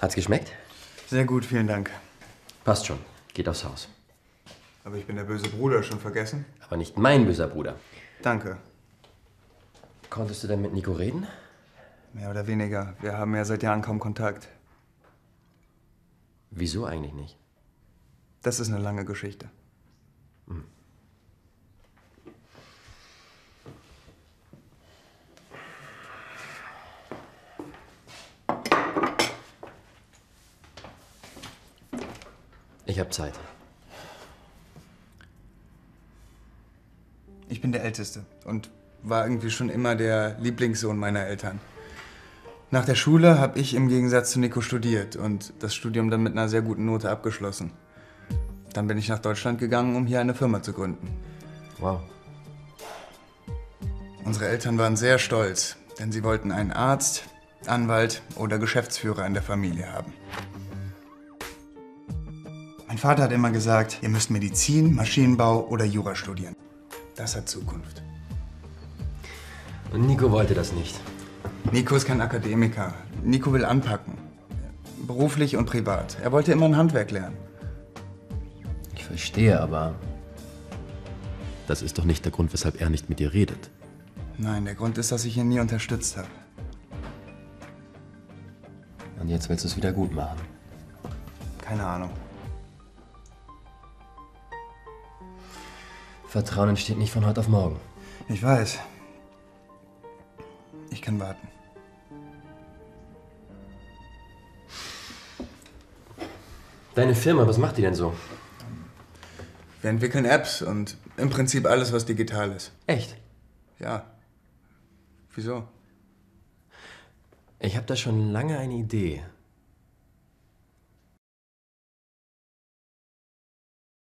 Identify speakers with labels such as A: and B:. A: Hat's geschmeckt?
B: Sehr gut, vielen Dank.
A: Passt schon. Geht aufs Haus.
B: Aber ich bin der böse Bruder, schon vergessen?
A: Aber nicht mein böser Bruder.
B: Danke.
A: Konntest du denn mit Nico reden?
B: Mehr oder weniger. Wir haben ja seit Jahren kaum Kontakt.
A: Wieso eigentlich nicht?
B: Das ist eine lange Geschichte.
A: Ich hab Zeit.
B: Ich bin der Älteste und war irgendwie schon immer der Lieblingssohn meiner Eltern. Nach der Schule habe ich im Gegensatz zu Nico studiert und das Studium dann mit einer sehr guten Note abgeschlossen. Dann bin ich nach Deutschland gegangen, um hier eine Firma zu gründen.
A: Wow.
B: Unsere Eltern waren sehr stolz, denn sie wollten einen Arzt, Anwalt oder Geschäftsführer in der Familie haben. Mein Vater hat immer gesagt, ihr müsst Medizin, Maschinenbau oder Jura studieren. Das hat Zukunft.
A: Und Nico wollte das nicht.
B: Nico ist kein Akademiker. Nico will anpacken. Beruflich und privat. Er wollte immer ein Handwerk lernen.
A: Ich verstehe, aber. Das ist doch nicht der Grund, weshalb er nicht mit dir redet.
B: Nein, der Grund ist, dass ich ihn nie unterstützt habe.
A: Und jetzt willst du es wieder gut machen.
B: Keine Ahnung.
A: Vertrauen entsteht nicht von heute auf morgen.
B: Ich weiß. Ich kann warten.
A: Deine Firma, was macht die denn so?
B: Wir entwickeln Apps und im Prinzip alles, was digital ist.
A: Echt?
B: Ja. Wieso?
A: Ich habe da schon lange eine Idee.